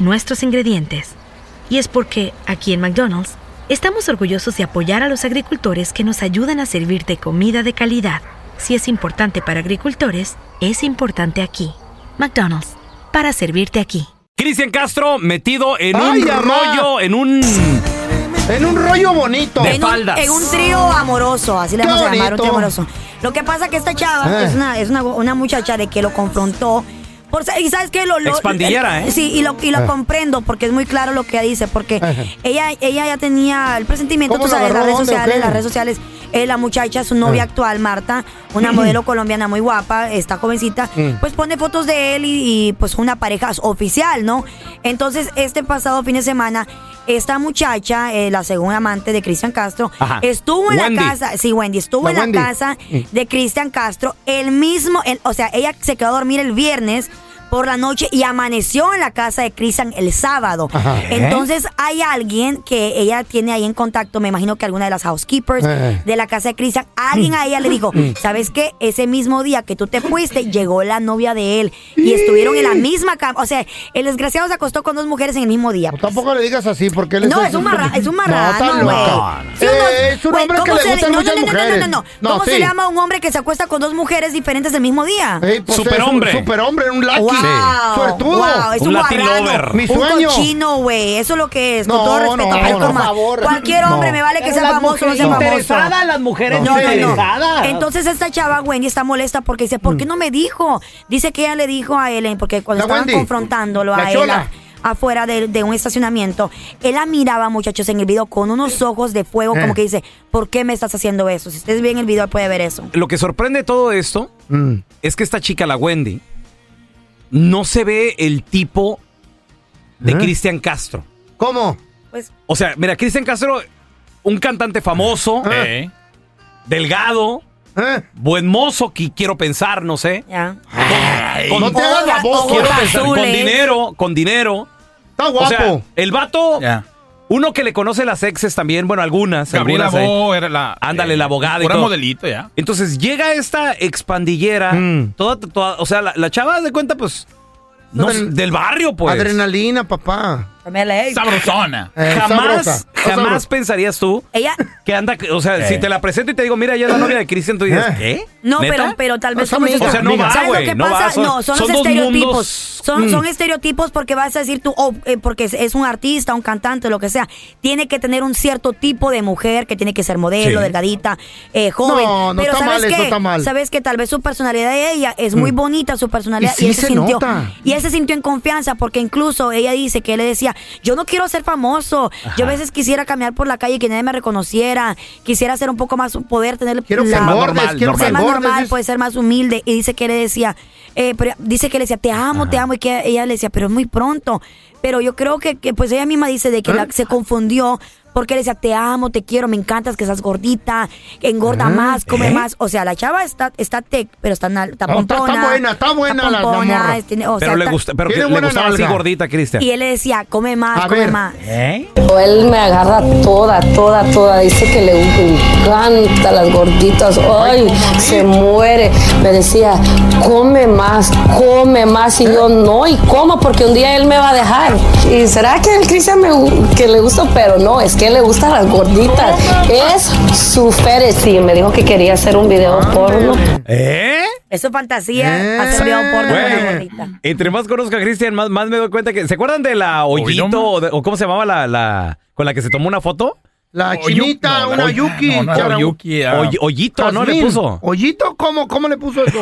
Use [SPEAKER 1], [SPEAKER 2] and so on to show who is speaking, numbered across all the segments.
[SPEAKER 1] nuestros ingredientes. Y es porque, aquí en McDonald's, estamos orgullosos de apoyar a los agricultores que nos ayudan a servirte comida de calidad. Si es importante para agricultores, es importante aquí. McDonald's, para servirte aquí.
[SPEAKER 2] Cristian Castro metido en
[SPEAKER 3] Ay,
[SPEAKER 2] un
[SPEAKER 3] amá.
[SPEAKER 2] rollo, en un...
[SPEAKER 3] En un rollo bonito.
[SPEAKER 2] De
[SPEAKER 4] En un,
[SPEAKER 2] faldas.
[SPEAKER 4] en un trío amoroso, así le
[SPEAKER 3] Qué
[SPEAKER 4] vamos a llamar, un
[SPEAKER 3] bonito.
[SPEAKER 4] trío amoroso. Lo que pasa que esta chava
[SPEAKER 3] Eh.
[SPEAKER 4] es, una, es una, una muchacha de que lo confrontó. Por, ser- y sabes que lo, lo-
[SPEAKER 2] Expandillera, ¿eh?
[SPEAKER 4] Sí, y lo, y lo
[SPEAKER 3] Eh.
[SPEAKER 4] comprendo porque es muy claro lo que ella dice. Porque
[SPEAKER 3] Ejé.
[SPEAKER 4] ella, ella ya tenía el presentimiento,
[SPEAKER 3] ¿Cómo
[SPEAKER 4] tú
[SPEAKER 3] la
[SPEAKER 4] sabes, las
[SPEAKER 3] agarró?
[SPEAKER 4] redes
[SPEAKER 3] ¿Dónde o
[SPEAKER 4] sociales,
[SPEAKER 3] qué?
[SPEAKER 4] las redes sociales. eh, la muchacha, su
[SPEAKER 3] Ah.
[SPEAKER 4] novia actual, Marta, una modelo colombiana muy guapa, está jovencita,
[SPEAKER 3] Mm.
[SPEAKER 4] pues pone fotos de él y, y, pues una pareja oficial, ¿no? Entonces, este pasado fin de semana, esta muchacha, eh, la segunda amante de Cristian Castro,
[SPEAKER 2] Ajá.
[SPEAKER 4] estuvo en
[SPEAKER 2] Wendy.
[SPEAKER 4] la casa, sí, Wendy, estuvo
[SPEAKER 3] La
[SPEAKER 4] en la
[SPEAKER 3] Wendy. Mm.
[SPEAKER 4] casa de Cristian Castro el mismo, el- o sea, ella se quedó a dormir el viernes por la noche y amaneció en la casa de Cristian el sábado.
[SPEAKER 3] Ajá.
[SPEAKER 4] Entonces hay alguien que ella tiene ahí en contacto, me imagino que alguna de las housekeepers
[SPEAKER 3] Eh. Mm.
[SPEAKER 4] de la casa de Cristian, alguien a ella le dijo, ¿sabes qué? Ese mismo día que tú te fuiste, llegó la novia de él y estuvieron en la misma cama. O sea, el desgraciado se acostó con dos mujeres en el mismo día.
[SPEAKER 3] No,
[SPEAKER 4] pues.
[SPEAKER 3] Tampoco le digas así porque él
[SPEAKER 4] No,
[SPEAKER 3] es,
[SPEAKER 4] es un, marra- es un
[SPEAKER 3] tan
[SPEAKER 4] marrano, güey.
[SPEAKER 3] loca.
[SPEAKER 4] Si uno-
[SPEAKER 3] Eh, es un
[SPEAKER 4] güey,
[SPEAKER 3] hombre que
[SPEAKER 4] ¿cómo
[SPEAKER 3] le
[SPEAKER 4] se
[SPEAKER 3] gustan
[SPEAKER 4] no,
[SPEAKER 3] muchas
[SPEAKER 4] no, no,
[SPEAKER 3] mujeres.
[SPEAKER 4] No, no, no, no. ¿Cómo
[SPEAKER 3] sí.
[SPEAKER 4] se le llama a un hombre que se acuesta con dos mujeres diferentes el mismo día?
[SPEAKER 3] Ey, pues,
[SPEAKER 2] Superhombre.
[SPEAKER 3] es un Superhombre, un lucky.
[SPEAKER 4] ¡Wow!
[SPEAKER 3] Suertudo.
[SPEAKER 4] wow, es un,
[SPEAKER 2] Un Latin
[SPEAKER 4] guarrano,
[SPEAKER 2] lover.
[SPEAKER 3] Mi
[SPEAKER 4] Un
[SPEAKER 3] sueño.
[SPEAKER 4] cochino, güey. Eso es lo que es.
[SPEAKER 3] No,
[SPEAKER 4] con todo respeto.
[SPEAKER 3] no,
[SPEAKER 4] Ay,
[SPEAKER 3] no,
[SPEAKER 4] coma,
[SPEAKER 3] por favor.
[SPEAKER 4] Cualquier hombre
[SPEAKER 3] No.
[SPEAKER 4] me vale que
[SPEAKER 5] Pero
[SPEAKER 4] sea
[SPEAKER 5] las
[SPEAKER 4] famoso o no sea
[SPEAKER 5] mujeres
[SPEAKER 4] famoso.
[SPEAKER 5] interesadas, las mujeres
[SPEAKER 4] No, no, no.
[SPEAKER 5] interesadas.
[SPEAKER 4] Entonces esta chava Wendy está molesta porque dice, ¿por qué no me dijo? Dice que ella le dijo a Ellen, porque
[SPEAKER 3] Mm.
[SPEAKER 4] cuando
[SPEAKER 3] La
[SPEAKER 4] estaban
[SPEAKER 3] Wendy.
[SPEAKER 4] confrontándolo
[SPEAKER 3] La
[SPEAKER 4] a él,
[SPEAKER 3] chola.
[SPEAKER 4] afuera de, de un estacionamiento, él la miraba, muchachos, en el video con unos ojos de fuego, como
[SPEAKER 3] Eh.
[SPEAKER 4] que dice, ¿por qué me estás haciendo eso? Si ustedes ven el video, puede ver eso.
[SPEAKER 2] Lo que sorprende de todo esto
[SPEAKER 3] Mm.
[SPEAKER 2] es que esta chica, la Wendy, no se ve el tipo de
[SPEAKER 3] ¿Eh?
[SPEAKER 2] Cristian Castro.
[SPEAKER 3] ¿Cómo?
[SPEAKER 4] Pues,
[SPEAKER 2] O sea, mira, Cristian Castro, un cantante famoso,
[SPEAKER 5] Eh.
[SPEAKER 2] delgado,
[SPEAKER 3] ¿Eh?
[SPEAKER 2] buen mozo, que quiero pensar, no sé.
[SPEAKER 4] ya.
[SPEAKER 2] Con-
[SPEAKER 3] no te hagas
[SPEAKER 4] Hola,
[SPEAKER 3] baboso.
[SPEAKER 4] hola,
[SPEAKER 2] quiero pensar, con
[SPEAKER 4] azules.
[SPEAKER 2] dinero, con dinero.
[SPEAKER 3] Está
[SPEAKER 2] O sea,
[SPEAKER 3] guapo.
[SPEAKER 2] el vato,
[SPEAKER 5] Ya.
[SPEAKER 2] uno que le conoce las exes también, bueno, algunas.
[SPEAKER 5] Gabriela
[SPEAKER 2] algunas, eh.
[SPEAKER 5] Bo era la.
[SPEAKER 2] Ándale, la abogada y
[SPEAKER 5] Era
[SPEAKER 2] todo.
[SPEAKER 5] modelito ya.
[SPEAKER 2] Entonces llega esta expandillera,
[SPEAKER 3] Mm.
[SPEAKER 2] toda, toda- o sea, la, la chava de cuenta, pues, no,
[SPEAKER 3] Adren-
[SPEAKER 2] del barrio, pues.
[SPEAKER 3] Adrenalina, papá.
[SPEAKER 4] Dame la-
[SPEAKER 5] Sabrosona.
[SPEAKER 3] Eh,
[SPEAKER 2] Jamás,
[SPEAKER 3] sabrosa.
[SPEAKER 2] jamás pensarías tú
[SPEAKER 4] Ella,
[SPEAKER 2] que anda, o sea,
[SPEAKER 5] Eh.
[SPEAKER 2] si te la presento y te digo, mira, ella es la novia de Cristian, tú dices,
[SPEAKER 3] Eh.
[SPEAKER 2] ¿qué?
[SPEAKER 4] No,
[SPEAKER 2] ¿Neta?
[SPEAKER 4] pero, pero tal
[SPEAKER 3] No,
[SPEAKER 4] vez
[SPEAKER 3] son
[SPEAKER 4] como
[SPEAKER 3] amigas.
[SPEAKER 4] dices-
[SPEAKER 3] O sea, no
[SPEAKER 2] va,
[SPEAKER 4] ¿Sabes
[SPEAKER 2] güey,
[SPEAKER 4] lo que
[SPEAKER 2] no va,
[SPEAKER 4] pasa?
[SPEAKER 2] son-
[SPEAKER 4] no, son,
[SPEAKER 2] son
[SPEAKER 4] los
[SPEAKER 2] dos mundos.
[SPEAKER 4] estereotipos. Son,
[SPEAKER 2] Mm.
[SPEAKER 4] son estereotipos porque vas a decir tú, oh, eh, porque es, es un artista, un cantante, lo que sea. Tiene que tener un cierto tipo de mujer que tiene que ser modelo,
[SPEAKER 2] Sí.
[SPEAKER 4] delgadita, eh, joven.
[SPEAKER 3] No, no
[SPEAKER 4] pero
[SPEAKER 3] está
[SPEAKER 4] ¿sabes
[SPEAKER 3] mal,
[SPEAKER 4] qué?
[SPEAKER 3] eso está mal. Mm.
[SPEAKER 4] Sabes que tal vez su personalidad de ella es muy bonita, su personalidad.
[SPEAKER 3] Y sí
[SPEAKER 4] él
[SPEAKER 3] se
[SPEAKER 4] sintió,
[SPEAKER 3] nota.
[SPEAKER 4] y él se sintió en confianza porque incluso ella dice que él le decía, yo no quiero ser famoso. Yo a veces quisiera caminar por la calle y que nadie me reconociera. Quisiera ser un poco más, poder tener
[SPEAKER 3] Quiero que
[SPEAKER 4] la-
[SPEAKER 3] engordes,
[SPEAKER 2] normal,
[SPEAKER 3] quiero que
[SPEAKER 4] ser más
[SPEAKER 3] engordes.
[SPEAKER 4] normal,
[SPEAKER 3] dices.
[SPEAKER 4] puede ser más humilde. Y dice que le decía, eh, pero dice que le decía, te amo, te amo. Y
[SPEAKER 3] ¿Eh?
[SPEAKER 4] que ella le decía, pero es muy pronto. Pero yo creo que, que, pues ella misma dice de que la- se confundió Porque le decía, te amo, te quiero, me encantas que estás gordita, engorda
[SPEAKER 3] Ah,
[SPEAKER 4] más, come
[SPEAKER 3] ¿eh?
[SPEAKER 4] más. O sea, la chava está, está tech, pero está, na- está
[SPEAKER 3] Ah, está- está
[SPEAKER 4] pompona.
[SPEAKER 3] buena, está buena la- la morra.
[SPEAKER 4] es- tiene- o sea,
[SPEAKER 2] Pero le
[SPEAKER 4] está-
[SPEAKER 2] gusta, pero que
[SPEAKER 3] Tiene
[SPEAKER 2] le
[SPEAKER 3] buena
[SPEAKER 2] gustaba así
[SPEAKER 3] nalga.
[SPEAKER 2] gordita, Cristian.
[SPEAKER 4] Y él le decía, come más,
[SPEAKER 3] A
[SPEAKER 4] come
[SPEAKER 3] ver.
[SPEAKER 4] más.
[SPEAKER 5] Él me agarra toda, toda, toda. Dice que le encanta las gorditas. Ay, se muere. Me decía, come más, come más. Y yo no, y como, porque un día él me va a dejar. ¿Y será que el Cristian me gu- que le gusta? Pero no, es que le gustan las gorditas. Es su fetish. Y me dijo que quería hacer un video
[SPEAKER 3] Ah.
[SPEAKER 5] porno.
[SPEAKER 2] ¿Eh?
[SPEAKER 4] Eso es fantasía,
[SPEAKER 3] Eh,
[SPEAKER 4] hacer video porno con una
[SPEAKER 2] Güey,
[SPEAKER 4] gordita.
[SPEAKER 2] entre más conozco a Cristian, más, más me doy cuenta que. ¿Se acuerdan de la Hoyito
[SPEAKER 6] Oído, ma.
[SPEAKER 2] o, de- o cómo se llamaba la, la- con la que se tomó una foto?
[SPEAKER 3] La
[SPEAKER 6] Oyu-
[SPEAKER 3] chinita,
[SPEAKER 6] no, la
[SPEAKER 3] una
[SPEAKER 6] Oy-
[SPEAKER 3] yuki.
[SPEAKER 6] no, no era Oyuki, ah.
[SPEAKER 2] Hoy- Hoyito, ¿no? Le
[SPEAKER 3] Jazmín.
[SPEAKER 2] puso.
[SPEAKER 3] ¿Hoyito? ¿Cómo, cómo le puso eso?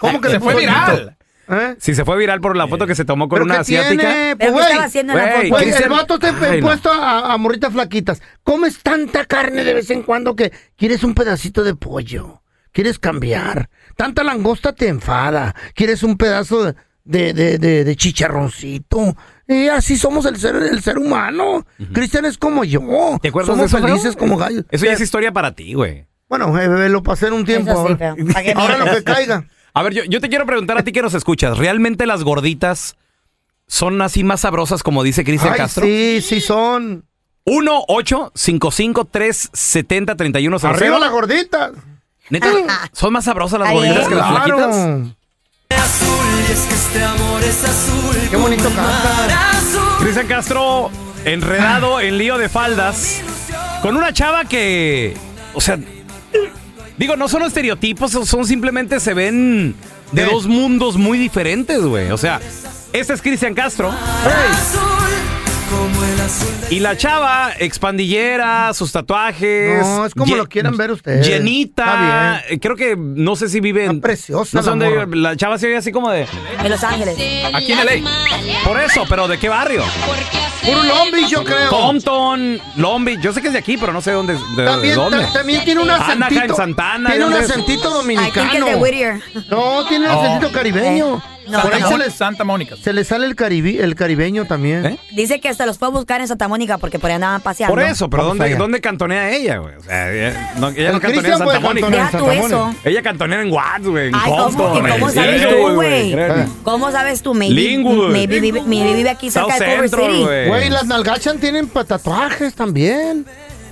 [SPEAKER 3] ¿Cómo que le
[SPEAKER 6] fue
[SPEAKER 3] puso hoyito?
[SPEAKER 6] viral.
[SPEAKER 3] ¿Eh?
[SPEAKER 2] Si se fue viral por la foto que se tomó con
[SPEAKER 3] ¿Pero
[SPEAKER 2] una
[SPEAKER 3] qué
[SPEAKER 2] asiática.
[SPEAKER 3] tiene? Pues,
[SPEAKER 4] Pero ¿qué estaba
[SPEAKER 3] güey,
[SPEAKER 4] haciendo en la
[SPEAKER 2] güey,
[SPEAKER 4] foto?
[SPEAKER 3] Güey, el
[SPEAKER 2] Cristian-
[SPEAKER 3] vato está
[SPEAKER 2] Ay, no.
[SPEAKER 3] puesto a, a morritas flaquitas. Comes tanta carne de vez en cuando que quieres un pedacito de pollo. Quieres cambiar. Tanta langosta te enfada. Quieres un pedazo de, de, de- de chicharroncito. Y así somos el ser, el ser humano. Cristian es como yo.
[SPEAKER 2] ¿Te acuerdas
[SPEAKER 3] somos
[SPEAKER 2] de eso,
[SPEAKER 3] felices
[SPEAKER 2] feo?
[SPEAKER 3] como gallos.
[SPEAKER 2] Eso ya es historia para ti, güey.
[SPEAKER 3] Bueno, eh, lo pasé en un tiempo.
[SPEAKER 4] Eso sí,
[SPEAKER 3] ahora.
[SPEAKER 4] feo. ¿Pa' qué
[SPEAKER 3] ahora lo
[SPEAKER 4] mientes?
[SPEAKER 3] que caiga.
[SPEAKER 2] A ver, yo, yo te quiero preguntar a ti que nos escuchas. ¿Realmente las gorditas son así más sabrosas como dice Cristian
[SPEAKER 3] Ay,
[SPEAKER 2] Castro?
[SPEAKER 3] sí, sí son.
[SPEAKER 2] 1 8 55 370 31
[SPEAKER 3] Arriba las gorditas.
[SPEAKER 2] Neta, son más sabrosas las
[SPEAKER 4] Ahí
[SPEAKER 2] gorditas
[SPEAKER 4] es.
[SPEAKER 2] que las flaquitas.
[SPEAKER 3] Qué bonito canta.
[SPEAKER 2] Cristian Castro enredado en lío de faldas con una chava que, o sea, digo, no son estereotipos, son- son simplemente se ven de
[SPEAKER 3] Sí.
[SPEAKER 2] dos mundos muy diferentes, güey. O sea, este es Cristian Castro y la chava expandillera, sus tatuajes.
[SPEAKER 3] No, es como
[SPEAKER 2] ye-
[SPEAKER 3] lo quieran ver ustedes.
[SPEAKER 2] Llenita,
[SPEAKER 3] Está
[SPEAKER 2] eh, creo que no sé si vive en.
[SPEAKER 3] Está preciosa
[SPEAKER 2] No sé
[SPEAKER 3] la
[SPEAKER 2] dónde
[SPEAKER 3] morra.
[SPEAKER 2] vive, La chava se ve así como de.
[SPEAKER 4] En Los Ángeles.
[SPEAKER 2] Aquí en LA. Por eso, pero ¿de qué barrio?
[SPEAKER 3] Puro lombi, yo creo.
[SPEAKER 2] Compton, Lombi, yo sé que es de aquí, pero no sé dónde. De,
[SPEAKER 3] También,
[SPEAKER 2] de dónde.
[SPEAKER 3] ta- también tiene un
[SPEAKER 2] Anaheim,
[SPEAKER 3] acentito.
[SPEAKER 2] Santana,
[SPEAKER 3] tiene un
[SPEAKER 2] ¿dónde es?
[SPEAKER 3] acentito
[SPEAKER 4] I think it's de
[SPEAKER 3] dominicano.
[SPEAKER 4] Whittier.
[SPEAKER 3] No, tiene un
[SPEAKER 6] Oh.
[SPEAKER 3] acentito caribeño.
[SPEAKER 4] No,
[SPEAKER 3] Por ahí se
[SPEAKER 6] Santa,
[SPEAKER 4] no.
[SPEAKER 6] Mónica,
[SPEAKER 3] le,
[SPEAKER 6] Santa Mónica.
[SPEAKER 3] se le sale el, caribi- el caribeño también.
[SPEAKER 2] ¿Eh?
[SPEAKER 4] Dice que hasta los fue a buscar en Santa Mónica porque por ahí andaban paseando.
[SPEAKER 2] Por eso, pero
[SPEAKER 3] Vamos
[SPEAKER 2] ¿dónde,
[SPEAKER 3] allá.
[SPEAKER 2] ¿dónde cantonea ella, güey? O sea, ella no, ella no cantonea
[SPEAKER 3] El
[SPEAKER 2] en
[SPEAKER 3] Cristian
[SPEAKER 2] Santa
[SPEAKER 3] puede
[SPEAKER 2] Mónica.
[SPEAKER 3] cantonear.
[SPEAKER 4] Deja tú eso.
[SPEAKER 2] Ella cantonea en Watts, güey, en
[SPEAKER 4] Ay, ¿cómo,
[SPEAKER 2] Compton.
[SPEAKER 4] que ¿cómo
[SPEAKER 2] güey.
[SPEAKER 4] sabes
[SPEAKER 2] Sí,
[SPEAKER 4] tú, güey?
[SPEAKER 2] créeme.
[SPEAKER 4] ¿Cómo sabes tú? Maybe,
[SPEAKER 2] Lingwood.
[SPEAKER 4] maybe, vive, maybe vive aquí
[SPEAKER 2] South
[SPEAKER 4] cerca de Culver
[SPEAKER 2] Central,
[SPEAKER 4] City.
[SPEAKER 2] güey.
[SPEAKER 3] Güey, las nalgachan tienen pa- tatuajes también.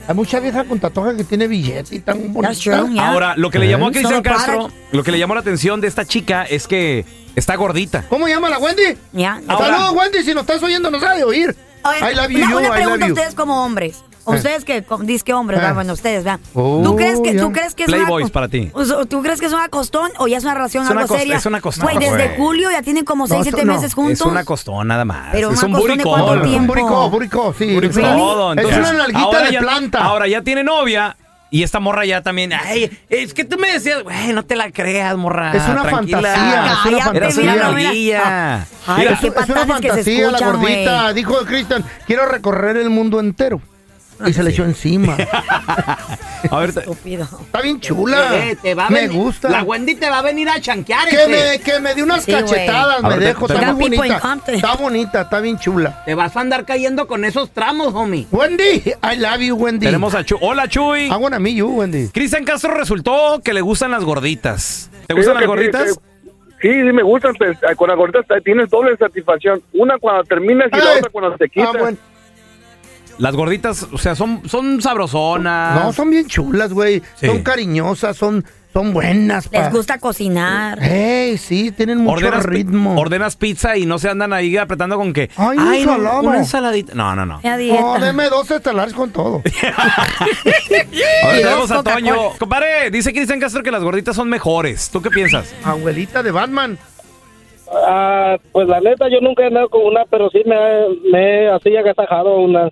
[SPEAKER 3] Hay mucha vieja con tatuajes que tiene billete y tan
[SPEAKER 4] That's
[SPEAKER 3] bonita.
[SPEAKER 4] true, yeah.
[SPEAKER 2] Ahora, lo que le llamó a
[SPEAKER 4] ¿Eh?
[SPEAKER 2] Cristian
[SPEAKER 4] Solo para-
[SPEAKER 2] Castro, lo que le llamó la atención de esta chica es que está gordita.
[SPEAKER 3] ¿Cómo llama la Wendy?
[SPEAKER 4] Ya.
[SPEAKER 2] Ahora-
[SPEAKER 3] Saludos, Wendy. Si nos estás oyendo, nos ha de oír.
[SPEAKER 4] Oye,
[SPEAKER 3] I love you,
[SPEAKER 4] una,
[SPEAKER 3] you,
[SPEAKER 4] una
[SPEAKER 3] I love
[SPEAKER 4] pregunta a
[SPEAKER 3] you.
[SPEAKER 4] ustedes como hombres. O
[SPEAKER 3] Eh.
[SPEAKER 4] Ustedes que com- dice que hombres,
[SPEAKER 3] Eh.
[SPEAKER 4] ¿verdad? bueno, ustedes, vean.
[SPEAKER 3] Oh,
[SPEAKER 4] ¿Tú crees que,
[SPEAKER 3] ya.
[SPEAKER 4] tú crees que es
[SPEAKER 2] Playboys
[SPEAKER 4] una,
[SPEAKER 2] para ti.
[SPEAKER 4] Uso- ¿Tú crees que es una costón o ya es una relación
[SPEAKER 2] Es una
[SPEAKER 4] algo
[SPEAKER 2] cos-
[SPEAKER 4] seria?
[SPEAKER 2] es una costón,
[SPEAKER 4] Güey, desde
[SPEAKER 2] güey.
[SPEAKER 4] julio ya tienen como 6,
[SPEAKER 3] No,
[SPEAKER 4] 7
[SPEAKER 3] eso no.
[SPEAKER 4] meses juntos.
[SPEAKER 2] Es una costón nada más.
[SPEAKER 4] Pero
[SPEAKER 2] es
[SPEAKER 4] una
[SPEAKER 2] un
[SPEAKER 4] costón de
[SPEAKER 2] buricón.
[SPEAKER 4] cuánto
[SPEAKER 2] güey.
[SPEAKER 4] tiempo?
[SPEAKER 3] Buricó, buricó, sí.
[SPEAKER 2] Puri
[SPEAKER 3] buricó.
[SPEAKER 2] todo,
[SPEAKER 3] Es
[SPEAKER 2] entonces.
[SPEAKER 3] una nalguita
[SPEAKER 2] Ahora
[SPEAKER 3] de
[SPEAKER 2] ya-
[SPEAKER 3] planta.
[SPEAKER 2] Ahora ya tiene novia y esta morra ya también. Ay, es que tú me decías, güey, no te la creas, morra.
[SPEAKER 3] Es una
[SPEAKER 2] tranquila".
[SPEAKER 3] fantasía, es una
[SPEAKER 4] Cállate,
[SPEAKER 2] Era
[SPEAKER 3] fantasía.
[SPEAKER 2] una
[SPEAKER 4] mira, mira.
[SPEAKER 2] nalguilla.
[SPEAKER 4] Ay,
[SPEAKER 2] Mira,
[SPEAKER 3] Es,
[SPEAKER 4] qué
[SPEAKER 3] es una
[SPEAKER 4] patadas que se
[SPEAKER 3] fantasía la
[SPEAKER 4] escuchan,
[SPEAKER 3] gordita. Dijo Cristian, quiero recorrer el mundo entero. Y se le echó encima.
[SPEAKER 2] a ver,
[SPEAKER 4] Estúpido.
[SPEAKER 3] Está bien chula.
[SPEAKER 7] Eh, te va a
[SPEAKER 3] me
[SPEAKER 7] venir-
[SPEAKER 3] gusta.
[SPEAKER 7] La Wendy te va a venir a chanquear.
[SPEAKER 3] que,
[SPEAKER 7] este.
[SPEAKER 3] me, que me dio unas
[SPEAKER 4] Sí, güey.
[SPEAKER 3] cachetadas,
[SPEAKER 2] A
[SPEAKER 3] me
[SPEAKER 2] ver, te-
[SPEAKER 3] dejo.
[SPEAKER 2] te-
[SPEAKER 3] Está
[SPEAKER 4] Got
[SPEAKER 3] muy
[SPEAKER 4] people in
[SPEAKER 3] bonita.
[SPEAKER 4] Compton.
[SPEAKER 3] Está bonita, está bien chula.
[SPEAKER 7] Te vas a andar cayendo con esos tramos, homie.
[SPEAKER 3] Wendy, I love you, Wendy.
[SPEAKER 2] tenemos a Chuy. Hola, Chuy.
[SPEAKER 3] I wanna meet you, Wendy.
[SPEAKER 2] Cristian Castro resultó que le gustan las gorditas. ¿Te gustan las
[SPEAKER 8] Digo que sí,
[SPEAKER 2] gorditas?
[SPEAKER 8] que- Sí, sí, me gustan. pues, con las gorditas te- tienes doble satisfacción. Una cuando terminas y la
[SPEAKER 3] Ay.
[SPEAKER 8] otra cuando te quitas.
[SPEAKER 3] Ah, bueno.
[SPEAKER 2] Las gorditas, o sea, son, son sabrosonas.
[SPEAKER 3] No, son bien chulas, güey.
[SPEAKER 2] Ah. Sí.
[SPEAKER 3] Son cariñosas, son, son buenas. pa.
[SPEAKER 4] Les gusta cocinar.
[SPEAKER 3] Eh. Hey, sí, tienen mucho
[SPEAKER 2] Ordenas,
[SPEAKER 3] ritmo.
[SPEAKER 2] ordenas pizza y no se andan ahí apretando con que.
[SPEAKER 3] Ay, un
[SPEAKER 2] no,
[SPEAKER 3] salado".
[SPEAKER 2] una ensaladita. No, no, no.
[SPEAKER 4] Una dieta.
[SPEAKER 3] No, deme dos estelares con todo.
[SPEAKER 2] A ver,
[SPEAKER 4] Y dos
[SPEAKER 2] tenemos a
[SPEAKER 4] Coca-Cola.
[SPEAKER 2] Toño. Compadre, dice Cristian Castro que las gorditas son mejores. ¿Tú qué piensas?
[SPEAKER 3] Abuelita de Batman.
[SPEAKER 9] Ah, pues la neta, yo nunca he andado con una, pero sí me, me he así agasajado una.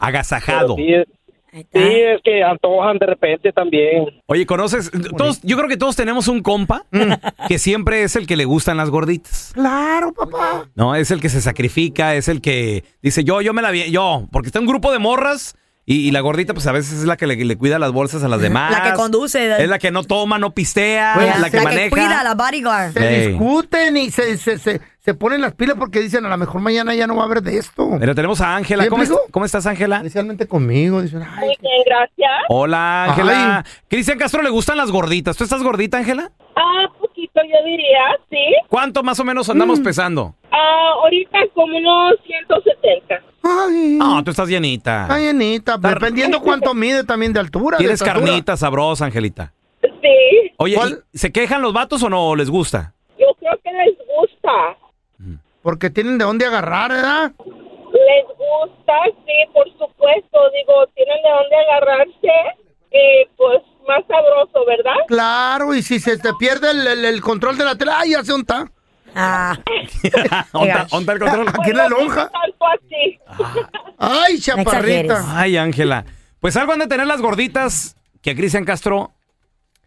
[SPEAKER 2] Agasajado.
[SPEAKER 9] Sí, es-
[SPEAKER 4] Ahí está.
[SPEAKER 9] sí, es que antojan de repente también.
[SPEAKER 2] Oye, ¿conoces? Todos, yo creo que todos tenemos un compa
[SPEAKER 4] Mm.
[SPEAKER 2] que siempre es el que le gustan las gorditas.
[SPEAKER 3] Claro, papá.
[SPEAKER 2] No, es el que se sacrifica, es el que dice, yo, yo me la vi, yo, porque está un grupo de morras y, y la gordita, pues a veces es la que le, le cuida las bolsas a las demás.
[SPEAKER 4] La que conduce.
[SPEAKER 2] Ah,
[SPEAKER 4] Pues,
[SPEAKER 2] Es la que no toma, no pistea,
[SPEAKER 3] Güey,
[SPEAKER 2] la que
[SPEAKER 4] la
[SPEAKER 2] maneja.
[SPEAKER 4] que cuida, la bodyguard.
[SPEAKER 3] Se
[SPEAKER 2] Ey.
[SPEAKER 3] discuten y se, se, se, se ponen las pilas porque dicen, a lo mejor mañana ya no va a haber de esto.
[SPEAKER 2] Pero tenemos a Ángela.
[SPEAKER 3] ¿Sí,
[SPEAKER 2] ¿Cómo,
[SPEAKER 3] primo?
[SPEAKER 2] est- cómo estás, Ángela?
[SPEAKER 3] Especialmente conmigo, dicen, "Ay,
[SPEAKER 6] Muy bien, gracias.
[SPEAKER 2] Hola, Ángela. Cristian Castro le gustan las gorditas. ¿Tú estás gordita, Ángela?
[SPEAKER 6] Ah, poquito yo diría, sí.
[SPEAKER 2] ¿Cuánto más o menos
[SPEAKER 3] Mm.
[SPEAKER 2] andamos pesando?
[SPEAKER 6] Ah, ahorita como unos 170.
[SPEAKER 2] No, tú estás llenita.
[SPEAKER 3] ay, Anita, dependiendo cuánto mide también de altura. de
[SPEAKER 2] Tienes
[SPEAKER 3] estatura.
[SPEAKER 2] carnita sabrosa, Angelita.
[SPEAKER 6] Sí,
[SPEAKER 2] Oye, ¿y ¿se quejan los vatos o no ¿O les gusta?
[SPEAKER 6] yo creo que les gusta.
[SPEAKER 3] Porque tienen de dónde agarrar, ¿verdad?
[SPEAKER 6] Les gusta, sí, por supuesto. Digo, tienen de dónde agarrarse. Y pues más sabroso, ¿verdad?
[SPEAKER 3] Claro, y si se te pierde el, el- el control de la tele, ay, ya sé dónde está.
[SPEAKER 4] Ah.
[SPEAKER 2] ¿Onda, onda el control?
[SPEAKER 3] Aquí en la lonja.
[SPEAKER 6] Tanto así.
[SPEAKER 3] Ay, chaparrita.
[SPEAKER 2] Ay, Ángela. Pues algo han de tener las gorditas que a Cristian Castro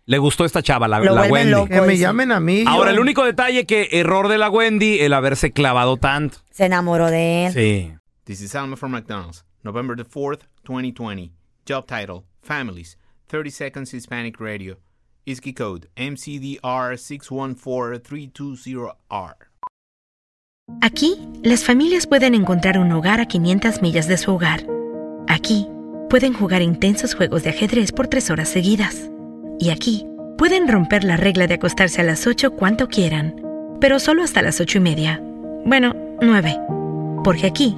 [SPEAKER 2] le gustó esta chava, la,
[SPEAKER 3] Lo
[SPEAKER 2] la
[SPEAKER 3] vuelven
[SPEAKER 2] Wendy.
[SPEAKER 3] loco, Que me dicen. llamen a mí,
[SPEAKER 2] Ahora,
[SPEAKER 3] yo-
[SPEAKER 2] el único detalle que error de la Wendy, el haberse clavado tanto.
[SPEAKER 4] Se enamoró de él.
[SPEAKER 2] Sí.
[SPEAKER 10] This is Alma from McDonald's, November the 4th, 2020. Job title Families, 30 Seconds Hispanic Radio. ISKI code MCDR614320R.
[SPEAKER 1] Aquí, las familias pueden encontrar un hogar a 500 millas de su hogar. Aquí, pueden jugar intensos juegos de ajedrez por tres horas seguidas. Y aquí, pueden romper la regla de acostarse a las 8 cuanto quieran, pero solo hasta las 8 y media. Bueno, 9. Porque aquí,